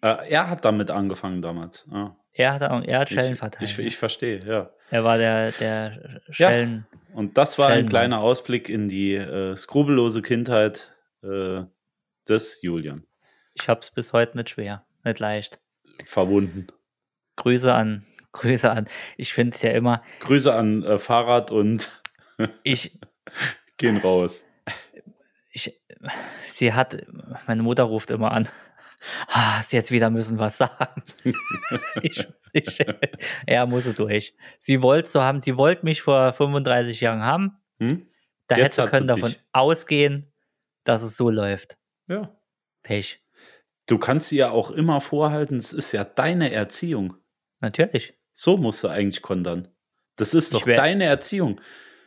B: Äh, er hat damit angefangen damals. Ja.
C: Er hat, er hat Schellen
B: Ich,
C: verteilt. ne?
B: ich, ich verstehe, ja.
C: er war der, der Schellen.
B: Und das war ein
C: Schellenmann.
B: kleiner Ausblick in die äh, skrupellose Kindheit äh, des Julian.
C: Ich habe es bis heute nicht schwer, nicht leicht.
B: Verwunden.
C: Grüße an, Grüße an. Ich finde es ja immer,
B: Grüße an äh, Fahrrad und
C: ich,
B: gehen raus.
C: ich, sie hat, meine Mutter ruft immer an, "Ah, hast jetzt wieder müssen was sagen. ich, ich, er muss es durch. Sie wollte so haben, sie wollte mich vor 35 Jahren haben.
B: Hm?
C: Da
B: Jetzt
C: hätte
B: hat
C: sie können
B: sie
C: davon
B: dich.
C: ausgehen, dass es so läuft.
B: Ja.
C: Pech.
B: Du kannst ihr auch immer vorhalten, es ist ja deine Erziehung.
C: Natürlich.
B: So musst du eigentlich kontern. Das ist
C: Ich
B: doch
C: wär-
B: deine Erziehung.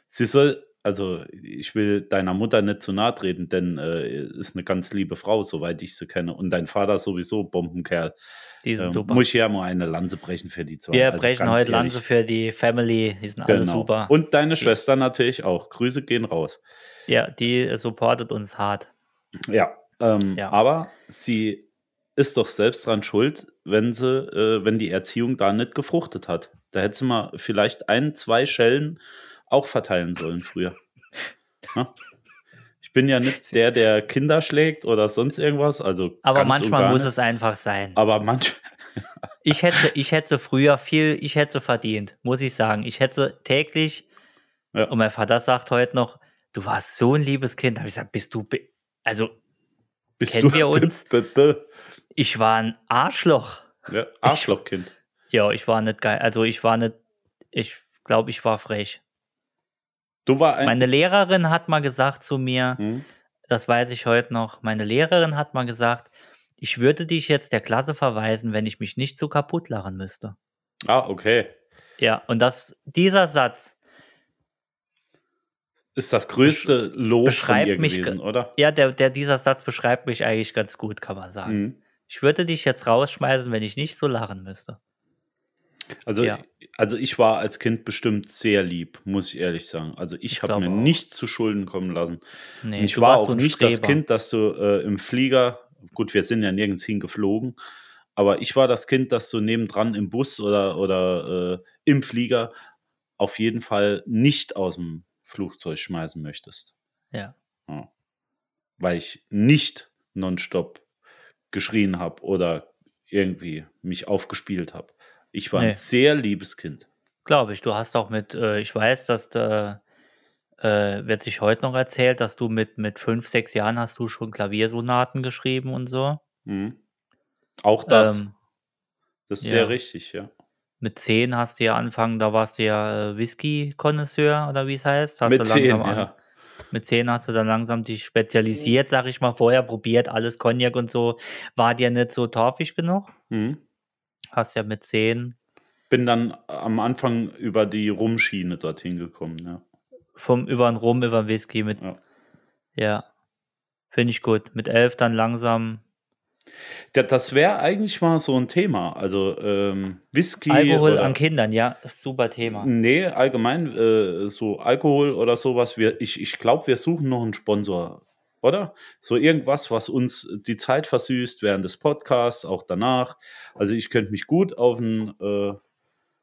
B: Sie soll, also ich will deiner Mutter nicht zu nahe treten, denn äh, ist eine ganz liebe Frau, soweit ich sie kenne. Und dein Vater sowieso Bombenkerl.
C: Die sind
B: Ähm,
C: super.
B: Muss ich ja mal eine Lanze brechen für die zwei.
C: Wir
B: Also
C: brechen
B: ganz
C: heute
B: ehrlich.
C: Lanze für die Family. Die sind alle
B: Genau.
C: super.
B: Und deine Schwester natürlich auch. Grüße gehen raus.
C: ja, die supportet uns hart.
B: Ja. Ähm,
C: Ja.
B: Aber sie ist doch selbst dran schuld, wenn sie, äh, wenn die Erziehung da nicht gefruchtet hat. Da hätte sie mal vielleicht ein, zwei Schellen auch verteilen sollen früher. Ja? Ich bin ja nicht der, der Kinder schlägt oder sonst irgendwas. Also
C: Aber
B: ganz und
C: manchmal
B: gar
C: muss
B: nicht.
C: es einfach sein.
B: Aber manch,
C: Ich hätte, ich hätte früher viel, ich hätte verdient, muss ich sagen. Ich hätte täglich,
B: Ja.
C: und mein Vater sagt heute noch, du warst so ein liebes Kind. Da habe ich gesagt, bist du, be also
B: bist
C: Kennen
B: du
C: wir uns?
B: B- b- b-
C: ich war ein Arschloch.
B: Ja, Arschlochkind.
C: Ja, ich war nicht geil. Also ich war nicht, ich glaube, ich war frech.
B: Du war ein.
C: Meine Lehrerin hat mal gesagt zu mir,
B: Hm?
C: das weiß ich heute noch, meine Lehrerin hat mal gesagt, ich würde dich jetzt der Klasse verweisen, wenn ich mich nicht so kaputt lachen müsste.
B: Ah, okay.
C: Ja, und das, dieser Satz,
B: ist das größte Lob
C: beschreibt
B: von ihr
C: mich
B: gewesen,
C: ge-
B: oder?
C: Ja, der, der, dieser Satz beschreibt mich eigentlich ganz gut, kann man sagen.
B: Mhm.
C: Ich würde dich jetzt rausschmeißen, wenn ich nicht so lachen müsste.
B: Also,
C: Ja.
B: also ich war als Kind bestimmt sehr lieb, muss ich ehrlich sagen. Also ich
C: Ich
B: habe
C: glaube
B: mir
C: auch.
B: nichts zu Schulden kommen lassen.
C: Nee,
B: Und ich
C: du
B: war
C: warst
B: auch
C: so ein
B: nicht das
C: Streber.
B: Kind, dass du äh, im Flieger, gut, wir sind ja nirgends hingeflogen, aber ich war das Kind, dass du nebendran im Bus oder, oder äh, im Flieger auf jeden Fall nicht aus dem Flugzeug schmeißen möchtest.
C: Ja.
B: Ja. Weil ich nicht nonstop geschrien habe oder irgendwie mich aufgespielt habe. Ich war
C: Nee.
B: ein sehr liebes Kind.
C: Glaube ich, du hast auch mit, äh, ich weiß, dass, äh, äh, wird sich heute noch erzählt, dass du mit, mit fünf, sechs Jahren hast du schon Klaviersonaten geschrieben und so.
B: Mhm. Auch das,
C: Ähm,
B: das ist
C: ja.
B: sehr richtig, ja.
C: mit zehn hast du ja angefangen, da warst du ja äh, Whisky-Konnoisseur oder wie es heißt. Hast du
B: Mit zehn,
C: langsam an-
B: ja.
C: Mit 10 hast du dann langsam dich spezialisiert, sag ich mal, vorher probiert, alles Cognac und so. War dir nicht so torfig genug?
B: Mhm.
C: Hast ja mit 10
B: Bin dann am Anfang über die Rumschiene dorthin gekommen. Ja.
C: vom über den Rum, über den Whisky mit.
B: Ja.
C: Ja. Finde ich gut. Mit 11 dann langsam
B: Ja, das wäre eigentlich mal so ein Thema. Also ähm, Whisky.
C: Alkohol
B: oder, Mhm.
C: an Kindern, ja, super Thema.
B: Nee, allgemein äh, so Alkohol oder sowas. Wir, ich ich glaube, wir suchen noch einen Sponsor, oder? So irgendwas, was uns die Zeit versüßt während des Podcasts, auch danach. Also ich könnte mich gut auf einen, äh,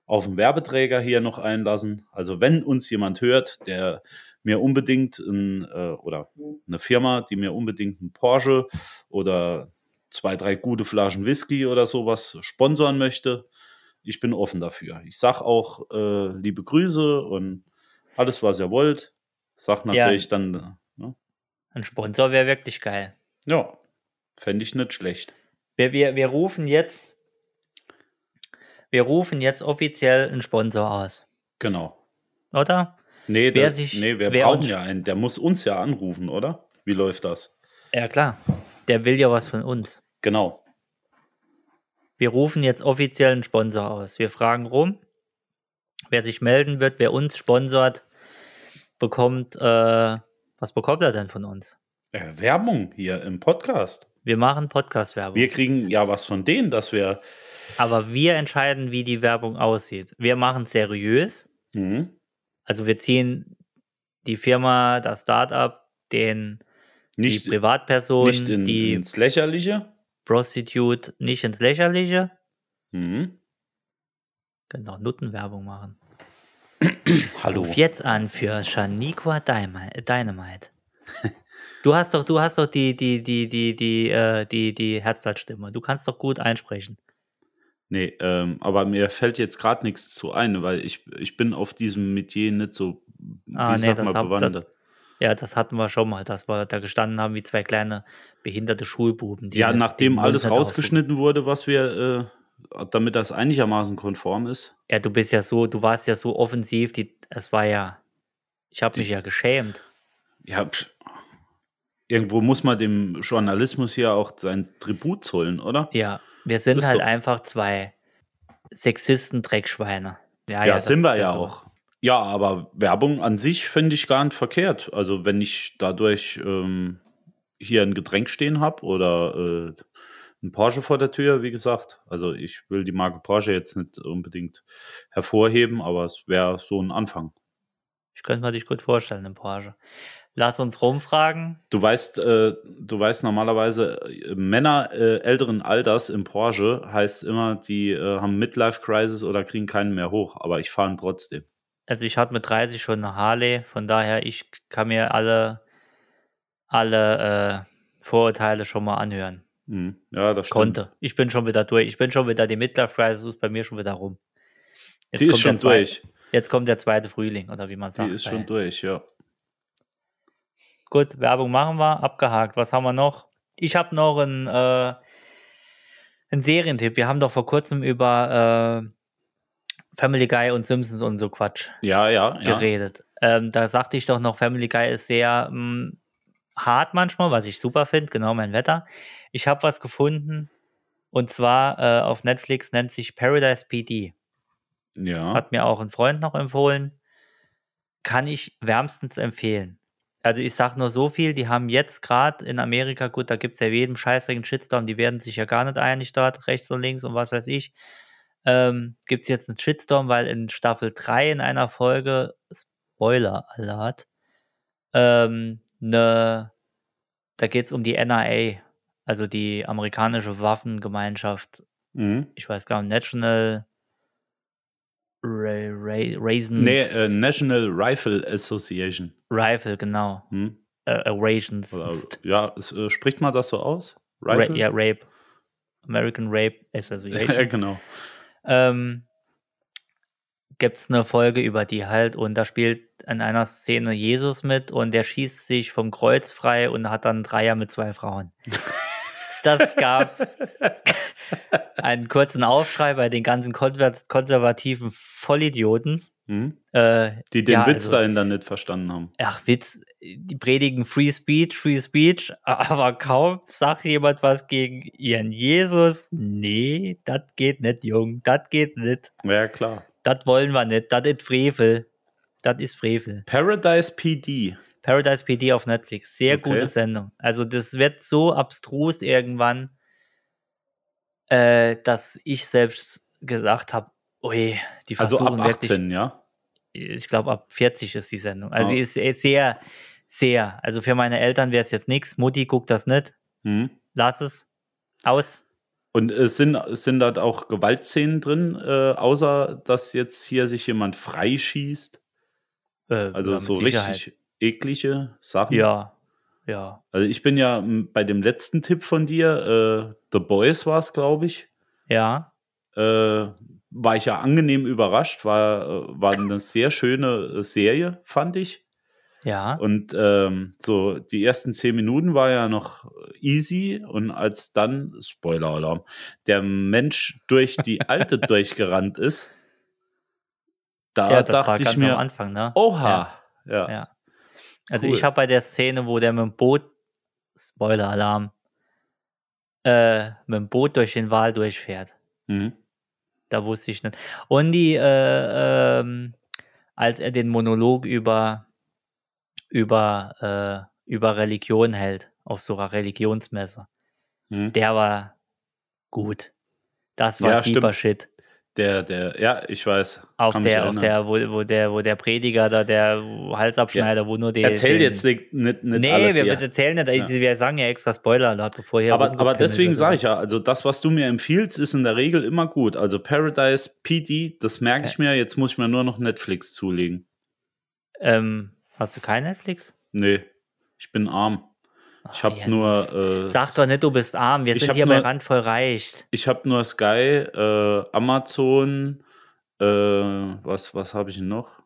B: auf einen Werbeträger hier noch einlassen. Also wenn uns jemand hört, der mir unbedingt ein, äh, oder eine Firma, die mir unbedingt einen Porsche oder zwei, drei gute Flaschen Whisky oder sowas sponsoren möchte, ich bin offen dafür. Ich sag auch äh, liebe Grüße und alles, was ihr wollt. Sag natürlich dann, ne?
C: Ein Sponsor wäre wirklich geil.
B: ja, fände ich nicht schlecht.
C: Wir, wir, wir rufen jetzt. Wir rufen jetzt offiziell einen Sponsor aus,
B: Genau.
C: oder?
B: Nee,
C: Wer
B: der,
C: sich-
B: nee wir
C: wer
B: brauchen
C: uns-
B: ja einen. Der muss uns ja anrufen, oder? Wie läuft das?
C: Ja, klar. Der will ja was von uns.
B: Genau.
C: Wir rufen jetzt offiziell einen Sponsor aus. Wir fragen rum. Wer sich melden wird, wer uns sponsort, bekommt. Äh, was bekommt er denn von uns?
B: Äh, Werbung hier im Podcast.
C: Wir machen Podcast-Werbung.
B: Wir kriegen ja was von denen, dass wir.
C: Aber wir entscheiden, wie die Werbung aussieht. Wir machen seriös.
B: Mhm.
C: Also wir ziehen die Firma, das Startup, den
B: Nicht,
C: die Privatperson,
B: nicht in,
C: die
B: ins Lächerliche.
C: Prostitute nicht ins Lächerliche.
B: Mhm.
C: Können auch Nuttenwerbung machen.
B: Hallo.
C: Ruf jetzt an für Shaniqua Dyma- Dynamite. Du hast doch, du hast doch die, die, die, die, die, äh, die, die Herzblattstimme. Du kannst doch gut einsprechen.
B: Nee, ähm, aber mir fällt jetzt gerade nichts zu ein, weil ich, ich bin auf diesem Metier nicht so, wie
C: Ah, nee,
B: sag
C: das
B: mal,
C: hab- das-
B: bewandert.
C: Ja, das hatten wir schon mal, dass wir da gestanden haben wie zwei kleine behinderte Schulbuben. die
B: ja,
C: den- den
B: nachdem
C: Mund
B: alles
C: nicht aufmachen.
B: rausgeschnitten wurde, was wir, äh, damit das einigermaßen konform ist.
C: Ja, du bist ja so, du warst ja so offensiv. Die, es war ja, ich habe mich ja geschämt.
B: Ja, psch. irgendwo muss man dem Journalismus hier auch sein Tribut zollen, oder?
C: Ja, wir sind
B: ist
C: halt
B: so.
C: einfach zwei Sexisten-Dreckschweine.
B: Ja,
C: das
B: sind wir
C: ist
B: ja
C: so.
B: auch. Ja, aber Werbung an sich finde ich gar nicht verkehrt. Also wenn ich dadurch ähm, hier ein Getränk stehen habe oder äh, ein Porsche vor der Tür, wie gesagt. Also ich will die Marke Porsche jetzt nicht unbedingt hervorheben, aber es wäre so ein Anfang.
C: Ich könnte mir dich gut vorstellen im Porsche. Lass uns rumfragen.
B: Du weißt, äh, du weißt normalerweise, äh, Männer äh, älteren Alters im Porsche heißt immer, die äh, haben Midlife-Crisis oder kriegen keinen mehr hoch, aber ich fahre ihn trotzdem.
C: Also ich hatte mit 30 schon eine Harley, von daher ich kann mir alle, alle äh, Vorurteile schon mal anhören.
B: Mhm. Ja, das stimmt.
C: Konnte. Ich bin schon wieder durch. Ich bin schon wieder, die Midlife-Crisis ist bei mir schon wieder rum. Jetzt
B: Die ist
C: kommt
B: schon
C: der zweite,
B: durch.
C: Jetzt kommt der zweite Frühling, oder wie man
B: Die
C: sagt.
B: ist
C: bei-
B: schon durch, ja.
C: Gut, Werbung machen wir, abgehakt. Was haben wir noch? Ich habe noch einen, äh, einen Serientipp. Wir haben doch vor kurzem über äh, Family Guy und Simpsons und so Quatsch
B: Ja, ja, ja.
C: geredet. Ähm, da sagte ich doch noch, Family Guy ist sehr mh, hart manchmal, was ich super finde, genau mein Wetter. Ich habe was gefunden und zwar äh, auf Netflix nennt sich Paradise PD.
B: Ja.
C: Hat mir auch ein Freund noch empfohlen. Kann ich wärmstens empfehlen. Also ich sag nur so viel, die haben jetzt gerade in Amerika, gut, da gibt es ja jedem scheißigen Shitstorm, die werden sich ja gar nicht einig dort, rechts und links und was weiß ich. Ähm, gibt es jetzt einen Shitstorm, weil in Staffel 3 in einer Folge, Spoiler Alert, ähm, ne, da geht es um die NRA, also die amerikanische Waffengemeinschaft
B: Mhm.
C: ich weiß gar nicht, National Ra Ra Raisins
B: Nee, äh, National Rifle Association.
C: Rifle, genau.
B: Hm?
C: Äh, äh, Raisins.
B: Oder, ja, es, äh, spricht man das so aus?
C: Ra
B: Rifle?
C: ja, Rape. American Rape Association.
B: ja, genau.
C: ähm, gibt es eine Folge über die halt und da spielt in einer Szene Jesus mit und der schießt sich vom Kreuz frei und hat dann einen Dreier mit zwei Frauen. Das gab einen kurzen Aufschrei bei den ganzen konver- konservativen Vollidioten.
B: Hm?
C: Äh,
B: Die den
C: Ja,
B: Witz
C: also-
B: dahinter nicht verstanden haben.
C: ach Witz, die predigen Free Speech, Free Speech, aber kaum sagt jemand was gegen ihren Jesus. Nee, das geht nicht, Jung, das geht nicht.
B: Ja, klar.
C: Das wollen wir nicht, das ist Frevel. Das ist Frevel.
B: Paradise PD.
C: Paradise PD auf Netflix, sehr
B: Okay.
C: gute Sendung. Also das wird so abstrus irgendwann, äh, dass ich selbst gesagt habe, oje, die
B: Also
C: versuchen
B: ab
C: wirklich
B: 18, ja?
C: ich glaube, ab 40 ist die Sendung. Also
B: Ah.
C: sie ist eh sehr, sehr. Also für meine Eltern wäre es jetzt nichts. Mutti guckt das nicht.
B: Hm?
C: Lass es. Aus.
B: Und äh, sind, sind da auch Gewaltszenen drin, äh, außer dass jetzt hier sich jemand freischießt?
C: Äh,
B: Also
C: ja, mit
B: so
C: Sicherheit.
B: richtig eklige Sachen.
C: Ja, ja.
B: Also ich bin ja m, bei dem letzten Tipp von dir, äh, The Boys war es, glaube ich,
C: Ja.
B: äh, war ich ja angenehm überrascht, war, äh, war eine sehr schöne äh, Serie, fand ich.
C: Ja.
B: Und ähm, so die ersten zehn Minuten war ja noch easy und als dann, Spoiler-Alarm, der Mensch durch die Alte durchgerannt ist, da
C: ja, das war
B: dachte
C: ganz
B: ich
C: am
B: mir,
C: Anfang, ne?
B: oha, ja.
C: Ja. Also
B: cool.
C: ich habe bei der Szene, wo der mit dem Boot, Spoiler-Alarm, äh, mit dem Boot durch den Wal durchfährt.
B: Mhm.
C: Da wusste ich nicht. Und die, äh, ähm, als er den Monolog über, über, äh, über Religion hält, auf so einer Religionsmesse,
B: Mhm.
C: der war gut. Das war
B: Ja,
C: deeper
B: stimmt.
C: Shit.
B: Der, der, ja, ich weiß.
C: Auf
B: kann mich
C: der, auf
B: erinnern.
C: der, wo, wo der, wo der Prediger da, der Halsabschneider, wo nur der.
B: Erzähl jetzt nicht, nicht, nicht
C: Nee,
B: alles
C: wir
B: hier.
C: erzählen nicht.
B: Ja.
C: Wir sagen ja extra Spoiler dort, bevor hier.
B: aber, aber
C: rumgepimmelt
B: deswegen
C: wird.
B: sage ich ja, also das, was du mir empfiehlst, ist in der Regel immer gut. Also Paradise PD, das
C: Äh.
B: merke ich mir, jetzt muss ich mir nur noch Netflix zulegen.
C: Ähm, hast du kein Netflix?
B: Nee, ich bin arm. Ich
C: Ach,
B: habe
C: Jens.
B: nur, äh,
C: Sag doch nicht, du bist arm. Wir
B: Ich
C: sind
B: hab
C: hier bei
B: nur-
C: Randvoll reich.
B: ich habe nur Sky, äh, Amazon, äh, was, was habe ich denn noch?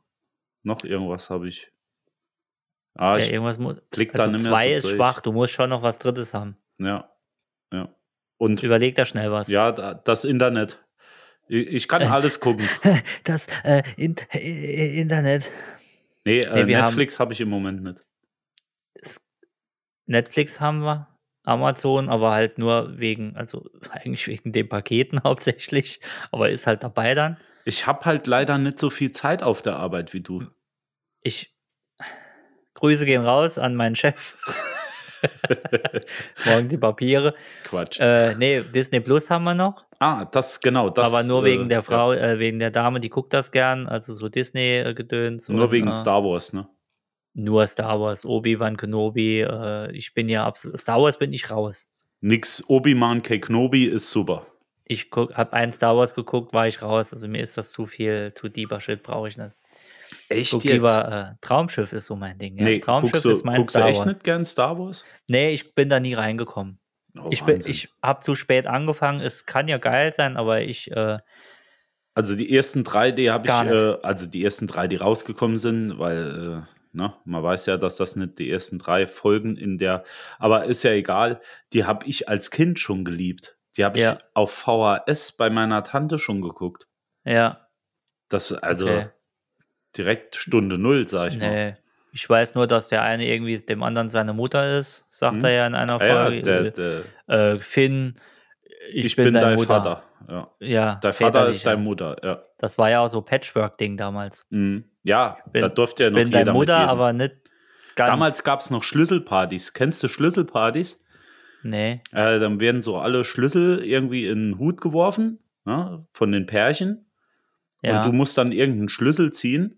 B: Noch irgendwas habe ich. Ah,
C: Ja,
B: ich,
C: irgendwas muss.
B: blick da
C: Also
B: nicht mehr
C: zwei
B: so
C: ist
B: durch.
C: schwach, du musst schon noch was Drittes haben.
B: ja, ja. Und
C: Überleg da schnell was.
B: ja, da- das Internet. Ich, ich kann alles gucken.
C: Das äh, in, äh, Internet.
B: Nee, äh,
C: Nee, wir haben-
B: Netflix habe ich im Moment nicht.
C: Netflix haben wir, Amazon, aber halt nur wegen, also eigentlich wegen den Paketen hauptsächlich, aber ist halt dabei dann.
B: Ich habe halt leider nicht so viel Zeit auf der Arbeit wie du.
C: Ich. Grüße gehen raus an meinen Chef. Morgen die Papiere.
B: Quatsch.
C: Äh, nee, Disney Plus haben wir noch.
B: ah, das genau, das.
C: aber nur wegen
B: äh,
C: der Frau, äh, wegen der Dame, die guckt das gern. Also so Disney-Gedöns.
B: Ja, nur
C: und,
B: wegen
C: äh,
B: Star Wars, ne?
C: nur Star Wars, Obi-Wan Kenobi. Äh, ich bin ja absolut. Star Wars bin ich raus.
B: Nix Obi-Man Kenobi ist super.
C: Ich habe einen Star Wars geguckt, war ich raus. Also mir ist das zu viel, zu deeper Shit brauche ich nicht.
B: Echt
C: Guck lieber, äh, Traumschiff ist so mein Ding. Ja?
B: Nee,
C: Traumschiff
B: guckst du,
C: ist mein
B: guckst du
C: Star
B: echt
C: Wars.
B: nicht gern Star Wars?
C: Nee, ich bin da nie reingekommen.
B: Oh,
C: ich bin,
B: Wahnsinn.
C: ich habe zu spät angefangen. Es kann ja geil sein, aber ich, äh,
B: also die ersten drei, die habe ich,
C: Gar nicht.
B: äh, also die ersten drei, die rausgekommen sind, weil, äh, ne, man weiß ja, dass das nicht die ersten drei Folgen in der, aber ist ja egal, die habe ich als Kind schon geliebt. Die habe ich
C: Ja.
B: auf VHS bei meiner Tante schon geguckt.
C: ja,
B: Das, also
C: Okay.
B: direkt Stunde Null, sag ich mal.
C: nee. Ich weiß nur, dass der eine irgendwie dem anderen seine Mutter ist, sagt
B: Hm?
C: er ja in einer
B: Ah, ja,
C: Folge.
B: der, der,
C: äh, Finn, ich,
B: ich,
C: bin, dein, Mutter.
B: Vater. Ja.
C: Ja,
B: Dein Vater ist
C: väterlich,
B: deine
C: ja.
B: Mutter, ja.
C: Das war ja auch so Patchwork-Ding damals.
B: Mhm. Ja,
C: bin-
B: da durfte ja
C: Ich
B: noch
C: bin
B: jeder
C: deine
B: mit
C: Mutter,
B: jedem.
C: aber nicht ganz.
B: Damals gab es noch Schlüsselpartys. Kennst du Schlüsselpartys?
C: Nee,
B: Äh, dann werden so alle Schlüssel irgendwie in den Hut geworfen ne, von den Pärchen.
C: ja.
B: Und du musst dann irgendeinen Schlüssel ziehen.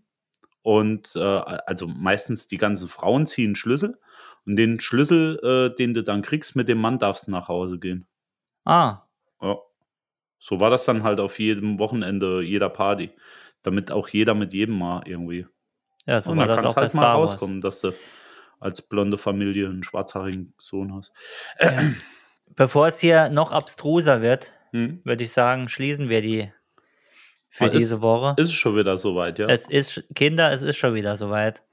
B: Und äh, also meistens die ganzen Frauen ziehen Schlüssel. Und den Schlüssel, äh, den du dann kriegst, mit dem Mann darfst du nach Hause gehen.
C: ah,
B: Ja. So war das dann halt auf jedem Wochenende, jeder Party. Damit auch jeder mit jedem mal irgendwie.
C: ja, so
B: und
C: war
B: dann
C: das
B: kannst
C: auch bei
B: halt mal
C: Star Wars.
B: rauskommen, dass du als blonde Familie einen schwarzhaarigen Sohn hast.
C: Ja. Bevor es hier noch abstruser wird,
B: Hm?
C: würde ich sagen, schließen wir die für
B: Ah, ist-
C: diese Woche.
B: Ist es schon wieder soweit, ja?
C: Es ist, Kinder, es ist schon wieder soweit.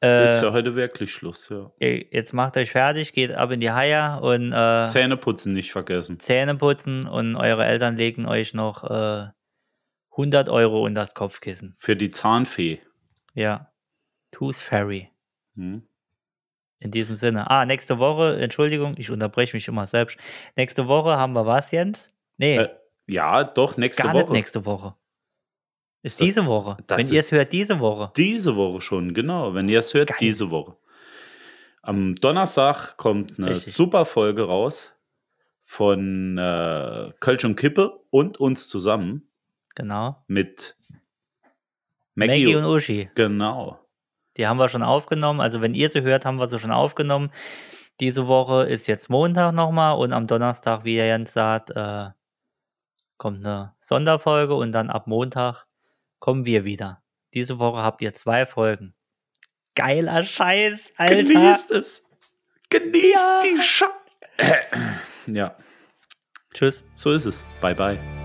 B: ist für
C: Äh,
B: heute wirklich Schluss, ja.
C: ihr- jetzt macht euch fertig, geht ab in die Haie und äh,
B: Zähne putzen nicht vergessen.
C: Zähne putzen und eure Eltern legen euch noch äh, 100 Euro unter das Kopfkissen.
B: Für die Zahnfee.
C: Ja. Tooth Fairy.
B: Hm?
C: In diesem Sinne. Ah, nächste Woche, Entschuldigung, ich unterbreche mich immer selbst. Nächste Woche haben wir was, Jens? Nee,
B: Äh, Ja, doch, nächste
C: gar nicht
B: Woche.
C: nächste Woche. Ist
B: Das-
C: diese Woche.
B: das
C: Wenn ihr es
B: ist-
C: hört, diese Woche.
B: Diese Woche schon, genau. Wenn ihr es hört,
C: Geil.
B: diese Woche. Am Donnerstag kommt eine
C: Richtig.
B: super Folge raus von äh, Kölsch und Kippe und uns zusammen
C: Genau.
B: mit
C: Maggie,
B: Maggie,
C: und Uschi.
B: Genau.
C: Die haben wir schon aufgenommen. Also, wenn ihr sie hört, haben wir sie schon aufgenommen. Diese Woche ist jetzt Montag nochmal und am Donnerstag, wie der Jens sagt, äh, kommt eine Sonderfolge und dann ab Montag kommen wir wieder. Diese Woche habt ihr zwei Folgen. Geiler Scheiß, Alter.
B: Genießt es. Genießt
C: Ja.
B: die Scheiße. ja,
C: Tschüss.
B: so ist es. Bye, bye.